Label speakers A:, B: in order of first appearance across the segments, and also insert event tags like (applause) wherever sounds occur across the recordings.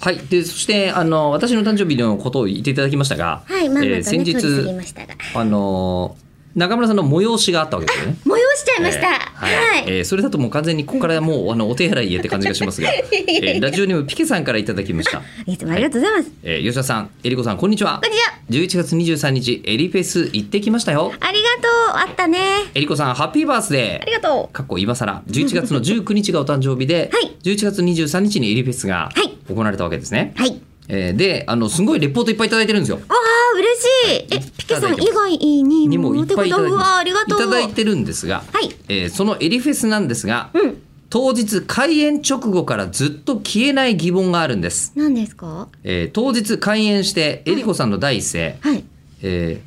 A: はい。で、そして、あの、私の誕生日のことを言っていただきましたが、
B: はい、ママと
A: え
B: ね、
A: ー先
B: 通り過ぎ
A: 日、
B: ましたが。
A: あの、中村さんの催しがあったわけですよね。
B: 催しちゃいました。
A: えー
B: は
A: はい
B: い。
A: えーそれだともう完全にここから
B: (laughs)
A: もうあのお手洗いへって感じがしますが、えーラジオネームピケさんからいただきま
B: (laughs)
A: した、
B: いつもありがとうございます。
A: えー吉田さんえりこさんこんにちは
B: こんにちは。
A: 11月23日エリフェス行ってきましたよ
B: ありがとう。あったね。
A: えりこさんハッピーバース
B: あ
A: デ
B: りがと
A: ーかっこ今更11月の19日がお誕生日で、
B: はい
A: 11月23日にエリフェスが
B: はい
A: 行われたわけですね、
B: う。はい。
A: えーであのすごいレポートいっぱいいただいてるんですよ
B: わあ、嬉しい。え、ピケさん以外に
A: にもい
B: も
A: っ
B: ってこ
A: ぱい
B: と
A: いただいて
B: うわあ、
A: ま
B: あ
A: す
B: りがとう。
A: いただいてるんですが、
B: はい
A: えーそのエリフェスなんですが、
B: うん。
A: 当日開演直後からずっと消えない疑問があるんです、
B: 何ですか
A: えー当日開演してえりこさんの第一声、
B: はい。
A: えー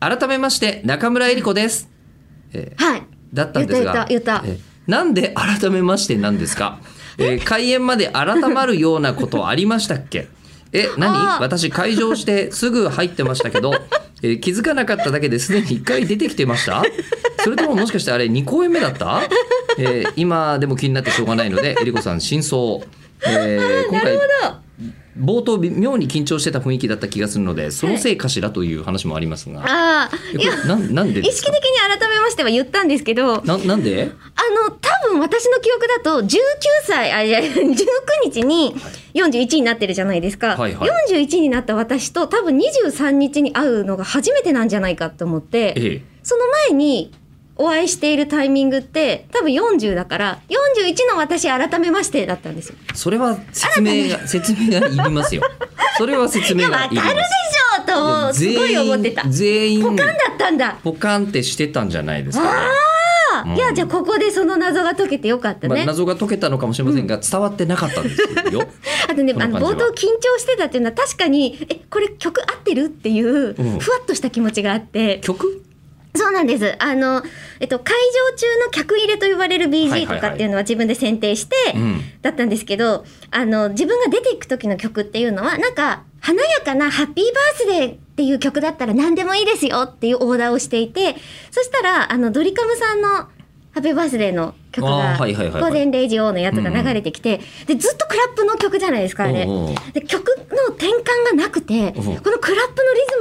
A: 改めまして中村えりこです
B: はい。
A: だったんですが
B: 言った言った
A: えーなんで改めましてなんです
B: (laughs)
A: か、えー開演まで改まるようなことありましたっけえ
B: あ
A: 何
B: ー
A: 私会場してすぐ入ってましたけ
B: (laughs)
A: ど、えー気づかなかっただけですでに1回出てきてましたそれとももしかしてあれ2公演目だった、えー今でも気になってしょうがないのでえりこさん真相を、
B: (laughs)
A: えー今回冒頭妙に緊張してた雰囲気だった気がするのでそのせいかしらという話もありますが、
B: ああ、
A: えこ
B: い
A: れ
B: や、
A: なんなんで
B: 意
A: です
B: 識
A: か
B: 的に改めましては言ったんですけど、あ
A: ななんで
B: の、多分私の記憶だと、19歳、あ、いや、19日に41になってるじゃないですか。
A: はいはい
B: 41になった私と、多分23日に会うのが初めてなんじゃないかと思って、
A: ええ
B: その前にお会いしているタイミングって多分40だから41の私改めましてだったんですよ。
A: それは説明が説明がいります
B: (laughs)
A: よ。それは説
B: いや
A: 明が
B: わか
A: い
B: る
A: り
B: でし
A: ます。
B: ょと思うすごい思ってた。ポ
A: 全員全員
B: カンだったんだ。
A: ポカンってしてたんじゃないですか、ね。
B: あ
A: うん
B: いやじゃあここでその謎が解けてよかった
A: まあ
B: ね。
A: 謎が解けたのかもしれませんが、伝わってなかったんです
B: (laughs)
A: よ。
B: あとね
A: この
B: あの
A: 感じは
B: 冒頭緊張してたっていうのは確かにえこれ曲合ってるっていうふ
A: うん
B: わっとした気持ちがあって。
A: 曲？
B: そうなんです。あの、えっと、会場中の客入れと言われる
A: はい
B: BG
A: はいはい
B: とかっていうのは自分で選定して
A: うん
B: だったんですけど、あの、自分が出ていく時の曲っていうのは、なんか、華やかなハッピーバースデーっていう曲だったら何でもいいですよっていうオーダーをしていて、そしたら、あの、ドリカムさんのハッピーバースデーの曲
A: あ
B: が、
A: ーはいはいはいはい
B: 午前0時オーのやつが流れてきて、で、ずっとクラップの曲じゃないですか、あれ。
A: おうおう
B: で曲の転換がなくて、こ
A: お
B: の
A: う
B: クラップのリ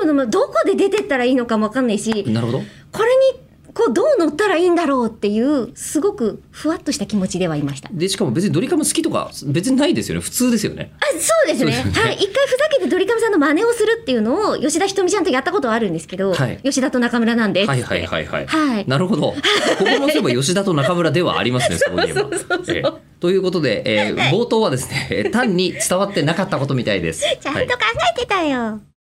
B: ズムのどこで出てったらいいのかもわかんないし、
A: なるほど。
B: これにこうどう乗ったらいいんだろうっていうすごくふわっとした気持ちではいました。あ
A: でしかも別にドリカム好きとか別にないですよね。普通ですよね。
B: そうですね
A: そうですね
B: はい、一回ふざけてドリカムさんの真似をするっていうのを吉田ひとみちゃんとやったことはあるんですけど、
A: はい
B: 吉田と中村なんでっつって
A: はいはいはいはい。
B: はい
A: なるほど。ここもすれば吉田と中村ではあり
B: (laughs)
A: ますね。そういえば。えーということで、えー冒頭はですね、単に伝わってなかったことみたいです。
B: (laughs) ちゃん
A: はい
B: と考えてたよ。